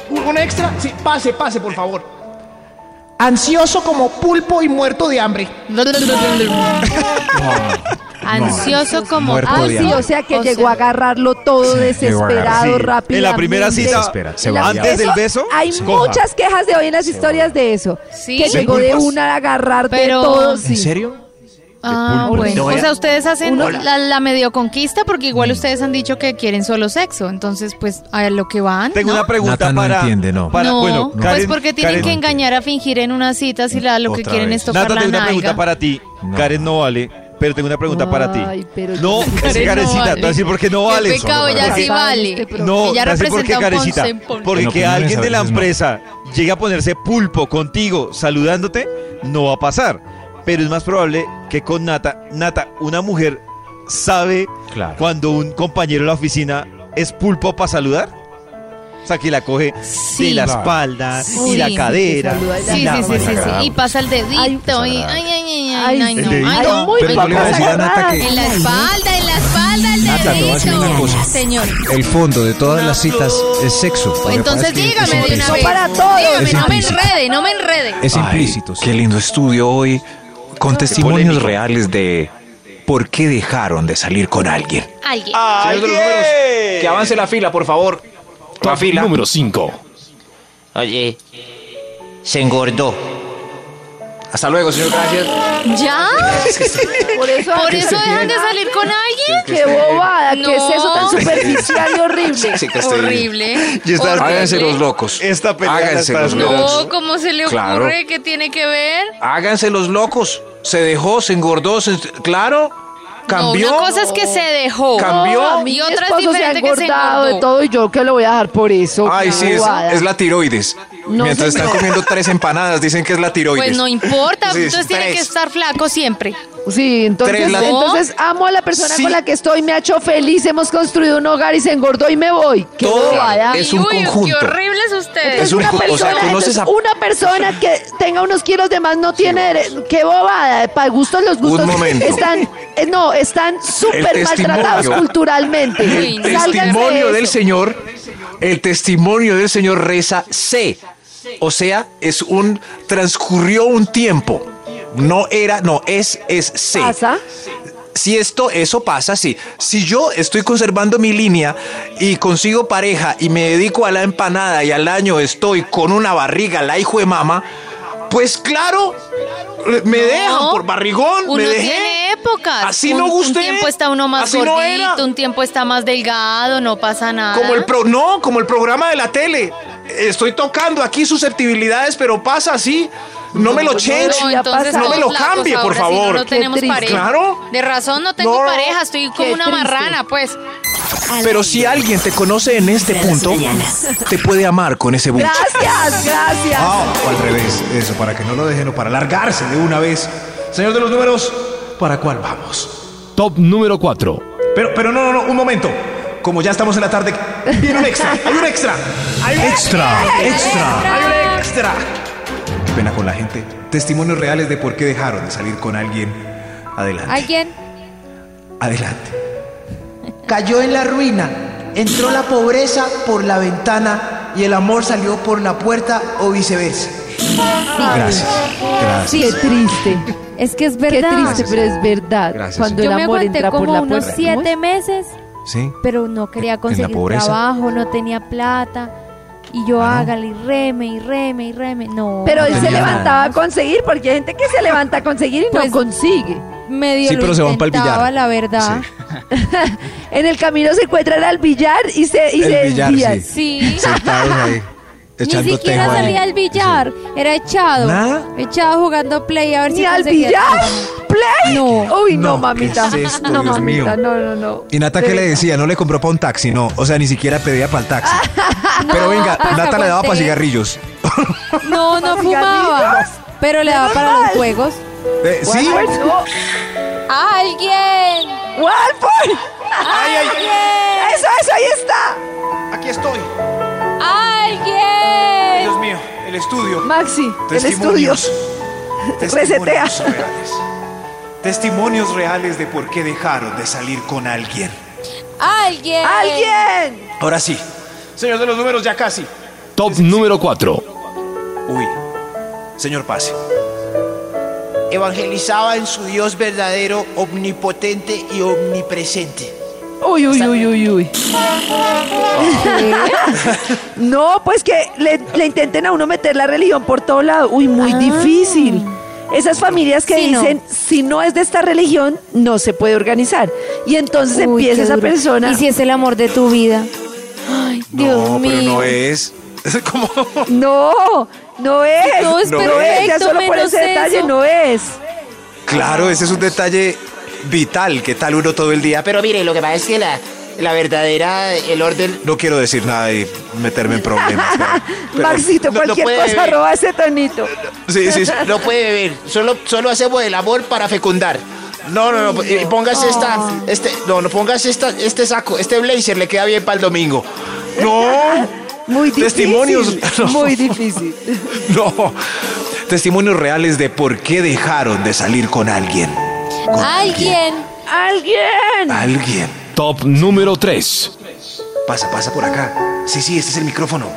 Speaker 9: ¿Un, un extra? Sí, pase, pase,
Speaker 8: Eh.
Speaker 9: por favor. Ansioso como pulpo y muerto de hambre.
Speaker 7: Ansioso como
Speaker 6: Muerto
Speaker 4: Ah,
Speaker 6: de
Speaker 4: sí,
Speaker 6: hambre.
Speaker 4: o sea que llegó a agarrarlo todo
Speaker 2: Sí,
Speaker 4: desesperado, rápido.
Speaker 2: En la primera cita,
Speaker 6: Desespera, se va.
Speaker 2: antes del beso,
Speaker 4: Hay
Speaker 2: coja.
Speaker 4: muchas quejas de hoy en las historias de eso.
Speaker 7: Sí.
Speaker 4: Que
Speaker 7: ¿De
Speaker 4: llegó de
Speaker 2: pulpas?
Speaker 4: una a agarrar
Speaker 7: Pero-
Speaker 4: de todo.
Speaker 7: ¿En
Speaker 4: sí.
Speaker 6: serio?
Speaker 7: Ah,
Speaker 2: pulpo.
Speaker 7: bueno.
Speaker 6: No,
Speaker 7: o
Speaker 6: era-
Speaker 7: sea, ustedes hacen
Speaker 4: Uno-
Speaker 7: la, la medio conquista porque
Speaker 6: Mm.
Speaker 7: igual ustedes han dicho que quieren solo sexo. Entonces, pues, a lo que van.
Speaker 2: Tengo
Speaker 7: ¿no?
Speaker 2: una pregunta
Speaker 6: Nata no
Speaker 2: para.
Speaker 6: entiende, no.
Speaker 2: para-
Speaker 7: no,
Speaker 2: bueno,
Speaker 7: pues
Speaker 2: Karen-
Speaker 7: porque tienen
Speaker 2: Karen-
Speaker 7: que engañar a fingir en una cita si la, lo que
Speaker 6: Otra
Speaker 7: quieren
Speaker 6: vez.
Speaker 7: es tocar
Speaker 2: Nata,
Speaker 7: la
Speaker 2: tengo una
Speaker 7: nalga.
Speaker 2: pregunta para ti.
Speaker 6: No.
Speaker 2: Karen no vale. pero tengo una pregunta para ti.
Speaker 4: Ay, pero
Speaker 2: No,
Speaker 4: yo-
Speaker 2: es
Speaker 7: Karen no
Speaker 2: carecita,
Speaker 7: vale.
Speaker 2: te voy a decir por qué no
Speaker 7: Qué
Speaker 2: vale.
Speaker 7: pecado, ella sí
Speaker 2: No,
Speaker 7: vale. ella
Speaker 2: te voy a decir por qué
Speaker 7: representa un
Speaker 2: carecita.
Speaker 7: Ponce en Ponce.
Speaker 2: Porque
Speaker 6: No,
Speaker 2: que
Speaker 6: pues,
Speaker 2: alguien de la
Speaker 6: a veces no.
Speaker 2: empresa llegue a ponerse pulpo contigo saludándote, no va a pasar. Pero es más probable que con Nata, Nata, una mujer sabe
Speaker 6: Claro.
Speaker 2: cuando un compañero de la oficina es pulpo para saludar. O sea, que la coge de
Speaker 7: Sí.
Speaker 2: la
Speaker 6: Claro.
Speaker 2: espalda y
Speaker 7: Sí.
Speaker 2: la
Speaker 7: Sí,
Speaker 2: cadera.
Speaker 4: que saluda y la
Speaker 7: Sí,
Speaker 2: y la
Speaker 7: sí, sí, sí, sí.
Speaker 2: mano.
Speaker 7: Y pasa el dedito y ay, ay, ay, ay, ay,
Speaker 2: El
Speaker 7: no,
Speaker 2: dedito.
Speaker 7: ay, no.
Speaker 4: muy
Speaker 6: Pero yo le iba a decir a Nata que
Speaker 7: En la espalda, en la espalda, el
Speaker 6: Nata, te voy a decir una cosa.
Speaker 7: dedito. Señor. pues,
Speaker 6: el fondo de todas las citas es sexo. Lo que pasa
Speaker 7: Entonces
Speaker 6: es que es
Speaker 7: dígame de una
Speaker 6: implícito.
Speaker 7: vez.
Speaker 4: para todos.
Speaker 7: Dígame,
Speaker 6: Es
Speaker 7: no me
Speaker 6: implícito.
Speaker 7: enrede, no me enrede.
Speaker 6: Es implícito.
Speaker 8: Qué lindo estudio hoy con testimonios reales de por qué dejaron de salir con alguien.
Speaker 3: Alguien.
Speaker 9: Señor de los números, que avance la fila, por favor. La fila.
Speaker 10: Número 5.
Speaker 11: Oye, se engordó.
Speaker 9: Hasta luego, señor. Gracias.
Speaker 7: ¿Ya?
Speaker 4: Por eso,
Speaker 7: ¿Por eso dejan de salir con alguien?
Speaker 4: qué bobada, qué es eso tan
Speaker 7: No.
Speaker 4: superficial y horrible.
Speaker 7: Horrible.
Speaker 2: Y está-
Speaker 7: horrible.
Speaker 2: Háganse
Speaker 8: Los locos.
Speaker 2: Esta pelea
Speaker 8: Háganse
Speaker 2: la
Speaker 8: los
Speaker 2: estás-
Speaker 8: locos.
Speaker 7: No, ¿cómo se le ocurre?
Speaker 8: Claro.
Speaker 7: ¿Qué tiene que ver?
Speaker 8: Háganse los locos. Se dejó, se engordó, se- claro. Cambió.
Speaker 7: No, una cosa es que se dejó.
Speaker 8: Cambió.
Speaker 4: A mí
Speaker 7: Y
Speaker 4: mi
Speaker 7: otra es
Speaker 4: esposo se ha
Speaker 7: diferente que se
Speaker 4: engordado de
Speaker 7: engordó.
Speaker 4: todo y yo que lo voy a dejar por eso.
Speaker 8: Ay,
Speaker 4: qué
Speaker 8: sí, es,
Speaker 4: bobada.
Speaker 8: es la tiroides.
Speaker 4: No,
Speaker 8: Mientras están
Speaker 4: señor.
Speaker 8: comiendo tres empanadas, dicen que es la tiroides.
Speaker 7: Pues no importa,
Speaker 8: Sí,
Speaker 7: entonces tiene
Speaker 8: tres.
Speaker 7: que estar flaco siempre.
Speaker 4: Sí, entonces,
Speaker 8: Tres la-
Speaker 4: entonces amo a la persona
Speaker 8: Sí.
Speaker 4: con la que estoy, me ha hecho feliz, hemos construido un hogar y se engordó y me voy. Qué
Speaker 8: Todo
Speaker 4: bobada.
Speaker 8: es un
Speaker 7: Uy,
Speaker 8: conjunto.
Speaker 7: Qué horribles ustedes.
Speaker 8: Es un
Speaker 4: una
Speaker 8: co- o sea,
Speaker 4: persona,
Speaker 8: conoces
Speaker 4: entonces,
Speaker 8: a-
Speaker 4: una persona que tenga unos kilos de más no tiene dere- qué bobada, para gustos los gustos
Speaker 8: momento.
Speaker 4: están eh, no, están súper maltratados
Speaker 8: testimonio.
Speaker 4: culturalmente.
Speaker 7: El
Speaker 4: Sálganse de
Speaker 8: testimonio del
Speaker 4: eso.
Speaker 8: Señor, el testimonio del Señor reza C. O sea, es un transcurrió un tiempo. No era, no, es, es C.
Speaker 4: pasa.
Speaker 8: Si esto, eso pasa, sí. Si yo estoy conservando mi línea y consigo pareja y me dedico a la empanada y al año estoy con una barriga, la hijo de mamá, pues claro, me dejan por barrigón,
Speaker 7: Uno
Speaker 8: me dejé.
Speaker 7: tiene épocas.
Speaker 8: Así
Speaker 7: un,
Speaker 8: no gusté.
Speaker 7: Un tiempo está uno más
Speaker 8: Así no
Speaker 7: gordito,
Speaker 8: era.
Speaker 7: un tiempo está más delgado, no pasa nada.
Speaker 8: Como el pro, no, como el programa de la tele. Estoy tocando aquí susceptibilidades, pero pasa así. No me lo change.
Speaker 7: No,
Speaker 4: Ya
Speaker 7: entonces
Speaker 4: pasa.
Speaker 8: No me lo
Speaker 7: todos flacos
Speaker 8: cambie, por
Speaker 7: ahora, si no,
Speaker 8: favor.
Speaker 7: no
Speaker 4: Qué
Speaker 7: tenemos
Speaker 4: triste.
Speaker 7: pareja.
Speaker 8: Claro.
Speaker 7: De razón no tengo
Speaker 8: No.
Speaker 7: pareja, estoy como
Speaker 4: Qué
Speaker 7: una
Speaker 4: triste.
Speaker 7: marrana, pues.
Speaker 8: Pero si alguien te conoce en este
Speaker 1: Vibra en las
Speaker 8: punto,
Speaker 1: mañanas.
Speaker 8: te puede amar con ese bucho.
Speaker 4: Gracias, gracias.
Speaker 6: Ah, o al revés, eso, para que no lo dejen o para largarse de una vez. Señor de los números, ¿para cuál vamos?
Speaker 10: Top número 4.
Speaker 6: Pero, pero no, no, no, un momento. Como ya estamos en la tarde, viene un extra, hay un extra. Hay un extra, extra, hay un extra. Qué pena con la gente. Testimonios reales de por qué dejaron de salir con alguien. Adelante,
Speaker 7: ¿Alguien?
Speaker 6: adelante.
Speaker 9: Cayó en la ruina. Entró la pobreza por la ventana y el amor salió por la puerta o viceversa.
Speaker 6: Gracias, gracias.
Speaker 4: Qué triste.
Speaker 12: Es que es
Speaker 4: Qué
Speaker 12: verdad.
Speaker 4: triste, pero es verdad.
Speaker 6: Gracias,
Speaker 4: Cuando
Speaker 12: Yo
Speaker 4: el
Speaker 12: me
Speaker 4: amor
Speaker 12: aguanté
Speaker 4: entra por
Speaker 12: como
Speaker 4: la
Speaker 12: unos
Speaker 4: puerta. ¿Cómo
Speaker 12: siete meses,
Speaker 6: Sí.
Speaker 12: pero no quería conseguir
Speaker 6: pobreza.
Speaker 12: trabajo, no tenía plata. Y yo hágale y reme y reme y reme. No.
Speaker 4: Pero él
Speaker 12: no,
Speaker 4: se
Speaker 12: no.
Speaker 4: levantaba a conseguir, porque hay gente que se levanta a conseguir y
Speaker 12: Pues-
Speaker 4: no consigue.
Speaker 12: Medio
Speaker 6: Sí,
Speaker 12: lo
Speaker 6: pero se van pa'l
Speaker 12: intentaba,
Speaker 6: billar.
Speaker 12: la verdad.
Speaker 4: En el camino se encuentran al billar y se, y
Speaker 6: El
Speaker 4: se
Speaker 6: billar,
Speaker 4: desvían.
Speaker 6: sí.
Speaker 12: Sí.
Speaker 6: Sentados ahí,
Speaker 12: *laughs* Ni siquiera
Speaker 6: tejo ahí.
Speaker 12: salía al billar. Era echado.
Speaker 6: Nada.
Speaker 12: Echado jugando play a ver si
Speaker 4: Ni al
Speaker 12: conseguía
Speaker 4: billar,
Speaker 6: *laughs*
Speaker 12: trabajo.
Speaker 4: play.
Speaker 12: No.
Speaker 4: Uy, no,
Speaker 6: No,
Speaker 4: mamita.
Speaker 6: ¿qué es
Speaker 4: *laughs*
Speaker 6: esto,
Speaker 4: no,
Speaker 6: Dios mío?
Speaker 4: mamita, no, no, no.
Speaker 6: Y Nata, ¿qué le decía? No le compró para un taxi, no. O sea, ni siquiera pedía para
Speaker 12: *laughs*
Speaker 6: el taxi. Pero venga,
Speaker 12: pues,
Speaker 6: Nata le daba para
Speaker 12: aguanté.
Speaker 6: cigarrillos.
Speaker 12: No, no fumaba. Pero le daba para los juegos.
Speaker 6: Eh, ¿Sí?
Speaker 4: No.
Speaker 12: ¡Alguien!
Speaker 4: ¡Walford! ¡Eso, eso, ahí está!
Speaker 9: Aquí estoy.
Speaker 12: ¡Alguien!
Speaker 9: Dios mío, el estudio.
Speaker 4: Maxi, el estudio.
Speaker 6: Testimonios.
Speaker 4: Resetea.
Speaker 6: Testimonios reales. Testimonios reales de por qué dejaron de salir con alguien.
Speaker 12: ¡Alguien!
Speaker 4: ¡Alguien!
Speaker 6: Ahora sí.
Speaker 9: Señor de los números, ya casi.
Speaker 10: Top número 4.
Speaker 6: Uy. Señor Pase.
Speaker 9: Evangelizaba en su Dios verdadero, omnipotente y omnipresente.
Speaker 4: Uy, uy, uy, uy, uy. no, pues que le, le intenten a uno meter la religión por todo lado. Uy, muy difícil. Esas familias que
Speaker 12: Ah. Sí, no.
Speaker 4: dicen, si no es de esta religión, no se puede organizar. Y entonces
Speaker 12: Uy,
Speaker 4: empieza
Speaker 12: qué
Speaker 4: esa
Speaker 12: duro.
Speaker 4: persona.
Speaker 12: ¿Y si es el amor de tu vida? Ay, Dios
Speaker 6: no,
Speaker 12: mío.
Speaker 6: pero no es. Es como.
Speaker 4: No, ¡Oh! no es.
Speaker 12: No es
Speaker 4: ya
Speaker 12: perfecto,
Speaker 4: solo por
Speaker 12: menos
Speaker 4: ese detalle
Speaker 12: eso.
Speaker 4: no es.
Speaker 6: Claro, ese es un detalle vital. ¿Qué tal uno todo el día? Pero
Speaker 11: Pero mire, lo que pasa es que la, la verdadera, el orden
Speaker 6: no quiero decir nada y meterme en problemas.
Speaker 4: *laughs*
Speaker 6: pero-
Speaker 4: Maxito,
Speaker 11: No- no
Speaker 4: cualquier
Speaker 11: puede
Speaker 4: cosa
Speaker 11: beber.
Speaker 4: roba ese tonito.
Speaker 6: Sí, sí, sí.
Speaker 11: No puede beber. Solo, solo hacemos el amor para fecundar. No, no, no. eh, Póngase esta. Este, no, no pongas esta, este saco. Este blazer le queda bien para el domingo.
Speaker 6: No.
Speaker 4: Muy difícil. *laughs*
Speaker 6: Testimonios. No.
Speaker 4: Muy difícil.
Speaker 6: *laughs* No. Testimonios reales de por qué dejaron de salir con alguien.
Speaker 7: Alguien.
Speaker 4: Alguien.
Speaker 6: Alguien.
Speaker 2: Top número 3.
Speaker 6: Pasa, pasa por acá. Sí, sí, este es el micrófono.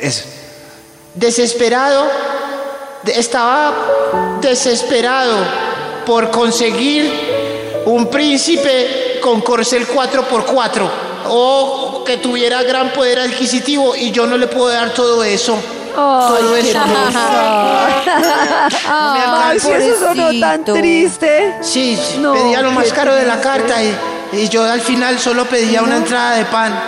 Speaker 6: Es.
Speaker 11: Desesperado. de- Estaba desesperado por conseguir un príncipe con corcel 4x4 o que tuviera gran poder adquisitivo y yo no le puedo dar todo eso. todo eso. No me
Speaker 4: Ay,
Speaker 11: alcanzó.
Speaker 4: eso sonó tan triste.
Speaker 11: Sí,
Speaker 4: No,
Speaker 11: pedía lo más
Speaker 4: qué
Speaker 11: caro de la
Speaker 4: triste.
Speaker 11: carta y, y yo al final solo pedía una entrada de pan.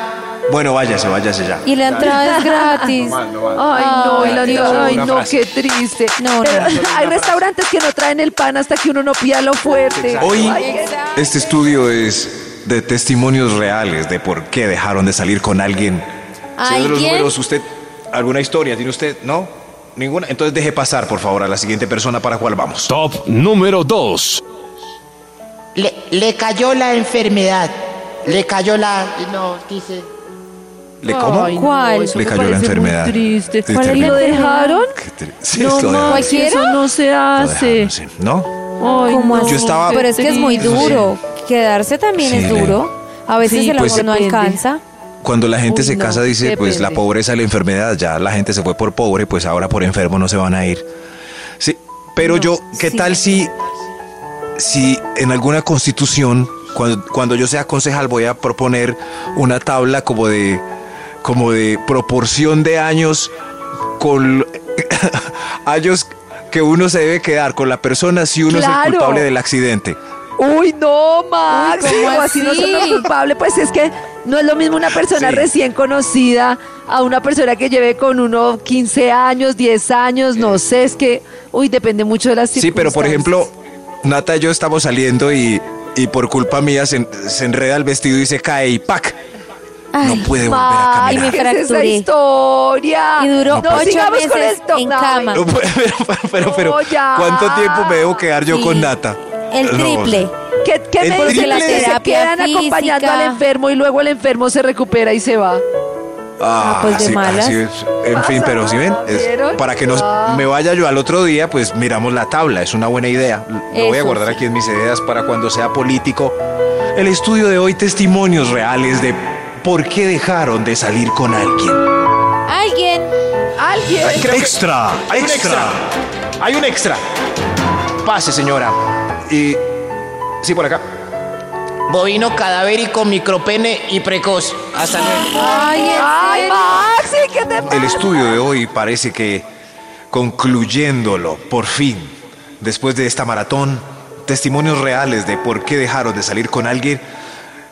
Speaker 6: Bueno, váyase, váyase ya.
Speaker 7: Y la entrada es gratis.
Speaker 4: Ay, no,
Speaker 7: Ay,
Speaker 4: y la
Speaker 7: Dios.
Speaker 4: entrada- ay,
Speaker 6: Una
Speaker 4: no,
Speaker 6: frase.
Speaker 4: qué triste.
Speaker 7: No, no,
Speaker 4: Pero
Speaker 7: solo
Speaker 4: hay restaurantes que no traen el pan hasta que uno no pida lo fuerte.
Speaker 6: Hoy
Speaker 4: Ay, qué-
Speaker 6: este estudio es de testimonios reales de por qué dejaron de salir con alguien. Señor de los
Speaker 7: ¿Alguien?
Speaker 6: números, usted alguna historia tiene usted, ¿no? Ninguna. Entonces deje pasar, por favor, a la siguiente persona para cuál vamos.
Speaker 2: Top número 2.
Speaker 11: Le, le cayó la enfermedad. Le cayó la. No, dice.
Speaker 6: ¿Le cómo?
Speaker 4: Ay, no,
Speaker 7: ¿Cuál?
Speaker 4: eso
Speaker 6: Le
Speaker 4: me
Speaker 6: cayó la
Speaker 4: parece muy
Speaker 6: enfermedad.
Speaker 4: triste.
Speaker 6: Sí,
Speaker 7: ¿Cuál es la
Speaker 4: ¿Lo
Speaker 6: terrible.
Speaker 7: enfermedad?
Speaker 4: dejaron?
Speaker 6: Tri- sí,
Speaker 4: No,
Speaker 6: lo dejaron,
Speaker 4: Max,
Speaker 6: sí,
Speaker 7: ¿Cualquiera?
Speaker 4: eso no se
Speaker 6: lo
Speaker 4: hace.
Speaker 6: dejaron, sí, ¿No?
Speaker 4: Ay,
Speaker 7: ¿Cómo
Speaker 4: no,
Speaker 7: así?
Speaker 6: estaba-
Speaker 7: Pero es que es muy
Speaker 6: Sí.
Speaker 7: duro. Quedarse también
Speaker 6: Sí,
Speaker 7: es
Speaker 6: le-
Speaker 7: duro. A veces
Speaker 4: Sí,
Speaker 7: el
Speaker 6: pues-
Speaker 7: amor no
Speaker 4: Depende.
Speaker 7: alcanza.
Speaker 6: Cuando la gente
Speaker 4: Uy,
Speaker 6: se
Speaker 4: no,
Speaker 6: casa dice, pues la
Speaker 4: depende.
Speaker 6: pobreza, la enfermedad, ya la gente se fue por pobre, pues ahora por enfermo no se van a ir. Sí, pero yo, ¿qué
Speaker 7: sí.
Speaker 6: tal si, si en alguna constitución, cuando, cuando yo sea concejal, voy a proponer una tabla como de, como de proporción de años con *laughs* años que uno se debe quedar con la persona si uno es
Speaker 4: Claro.
Speaker 6: el culpable del accidente?
Speaker 4: Uy, no, Max.
Speaker 7: Uy, ¿cómo
Speaker 4: o *laughs* así no
Speaker 7: así?
Speaker 4: se lo culpable, pues es que no es lo mismo una persona
Speaker 6: Sí.
Speaker 4: recién conocida a una persona que lleve con uno 15 años, 10 años, no sé, es que, uy, depende mucho de las
Speaker 6: Sí, pero por ejemplo,
Speaker 4: circunstancias.
Speaker 6: Nata y yo estamos saliendo y, y por culpa mía se, en- se enreda el vestido y se cae y ¡pac! no puede volver a
Speaker 7: Max,
Speaker 6: caminar.
Speaker 7: me
Speaker 4: ¿Qué es esa
Speaker 7: fracturé.
Speaker 4: historia?
Speaker 7: Y duró
Speaker 4: no,
Speaker 7: ocho
Speaker 4: sigamos
Speaker 7: meses
Speaker 4: con esto.
Speaker 7: en
Speaker 4: No,
Speaker 6: *laughs*
Speaker 7: cama.
Speaker 6: No puede- pero, pero, pero, pero,
Speaker 4: No, ya.
Speaker 6: ¿cuánto tiempo me debo quedar yo
Speaker 7: Sí.
Speaker 6: con Nata?
Speaker 7: El
Speaker 6: No,
Speaker 7: triple.
Speaker 4: ¿Qué, qué
Speaker 6: El
Speaker 4: me dicen
Speaker 6: triple.
Speaker 4: las que se
Speaker 7: Terapia
Speaker 4: quedan acompañando
Speaker 7: física.
Speaker 4: al enfermo y luego el enfermo se recupera y se va?
Speaker 6: Ah,
Speaker 7: Ah, pues de
Speaker 6: sí,
Speaker 7: malas.
Speaker 6: así es. en fin, pero si ven, Es-
Speaker 4: ¿Vieron?
Speaker 6: para que nos,
Speaker 4: Ah.
Speaker 6: me vaya yo al otro día, pues miramos la tabla, es una buena idea. Lo voy a
Speaker 7: Eso
Speaker 6: guardar
Speaker 7: sí.
Speaker 6: aquí en mis ideas para cuando sea político. El estudio de hoy, testimonios reales de por qué dejaron de salir con alguien.
Speaker 7: Alguien.
Speaker 4: Alguien.
Speaker 6: extra, hay un extra. Hay un extra. Pase, señora. Y sí por acá.
Speaker 11: Bovino cadavérico, micropene y precoz. Hasta luego.
Speaker 7: Ay, ¿en
Speaker 4: Ay,
Speaker 7: serio?
Speaker 4: Maxi, ¿qué te
Speaker 6: El
Speaker 4: pasa?
Speaker 6: estudio de hoy parece que concluyéndolo por fin, después de esta maratón, testimonios reales de por qué dejaron de salir con alguien.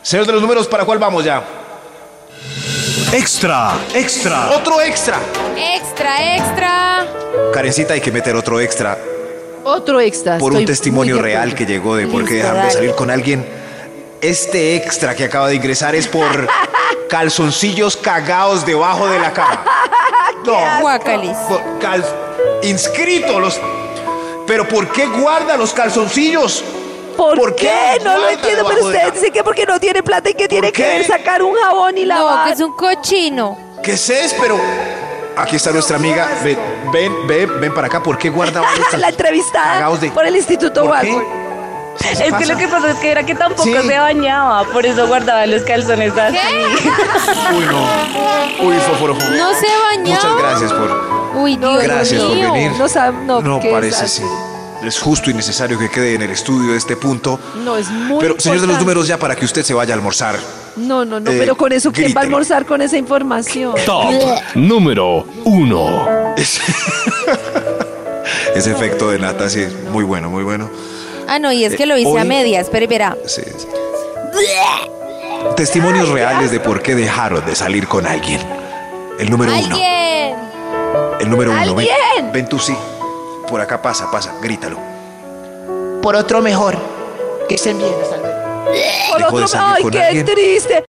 Speaker 6: Señor de los números, ¿para cuál vamos ya?
Speaker 2: Extra, extra.
Speaker 6: Otro extra.
Speaker 7: Extra, extra.
Speaker 6: Karencita, hay que meter otro extra
Speaker 4: Otro extra.
Speaker 6: por un
Speaker 4: estoy
Speaker 6: testimonio
Speaker 4: muy de
Speaker 6: real
Speaker 4: acuerdo.
Speaker 6: que llegó de por qué
Speaker 7: Listo,
Speaker 6: dejaron de
Speaker 7: dale.
Speaker 6: salir con alguien. Este extra que acaba de ingresar es por calzoncillos cagados debajo de la cama. No.
Speaker 7: Guacalis.
Speaker 6: Por cal- Inscrito los. Pero ¿por qué guarda los calzoncillos?
Speaker 4: ¿Por,
Speaker 6: ¿Por
Speaker 4: qué?
Speaker 6: qué?
Speaker 4: No lo
Speaker 6: Guarda
Speaker 4: entiendo, pero
Speaker 6: debajo de
Speaker 4: ustedes
Speaker 6: la-
Speaker 4: dicen que porque no tiene plata y que tiene que
Speaker 6: qué?
Speaker 4: ver sacar un jabón y
Speaker 7: No, que
Speaker 4: lavar.
Speaker 7: es un cochino.
Speaker 6: ¿Qué es eso? Pero. Aquí está nuestra amiga. Ven, ven, ven, ven para acá. ¿Por qué guarda
Speaker 4: La
Speaker 6: varios calzoncillos
Speaker 4: entrevistada
Speaker 6: cagados de-
Speaker 4: por el Instituto
Speaker 6: ¿Por qué?
Speaker 4: Warburg.
Speaker 6: ¿Qué
Speaker 13: Es que
Speaker 6: pasa?
Speaker 13: lo que pasa es que era que tampoco
Speaker 6: Sí.
Speaker 13: se bañaba, por eso guardaba los calzones así.
Speaker 6: Uy, no. Uy, fósforo.
Speaker 7: No se bañaba.
Speaker 6: Muchas gracias por.
Speaker 7: Uy, Dios
Speaker 6: Gracias por
Speaker 7: mío.
Speaker 6: venir.
Speaker 4: No sabe- no, qué
Speaker 6: parece sí.
Speaker 4: desastre.
Speaker 6: Es justo y necesario que quede en el estudio este punto.
Speaker 4: No, es muy
Speaker 6: Pero, señor de los
Speaker 4: importante.
Speaker 6: números, ya para que usted se vaya a almorzar.
Speaker 4: No, no, no,
Speaker 6: Eh,
Speaker 4: pero con eso, ¿quién va a
Speaker 6: grítelo.
Speaker 4: almorzar con esa información?
Speaker 2: Top número 1.
Speaker 6: Ese efecto de nata, sí, muy bueno, muy bueno.
Speaker 7: Ah, no, y es que lo hice
Speaker 6: Hoy-
Speaker 7: a medias. Pero verá.
Speaker 6: Sí, sí. Testimonios reales de por qué dejaron de salir con alguien. El número uno.
Speaker 7: Alguien.
Speaker 6: El número uno. Ven,
Speaker 4: ¡Alguien!
Speaker 6: ven tú, sí. Por acá pasa, pasa, grítalo.
Speaker 11: Por otro mejor.
Speaker 14: Que estén bien. Hasta luego.
Speaker 4: Por
Speaker 6: Dejó de
Speaker 4: otro,
Speaker 6: salir
Speaker 4: ay,
Speaker 6: con
Speaker 4: qué
Speaker 6: alguien.
Speaker 4: triste.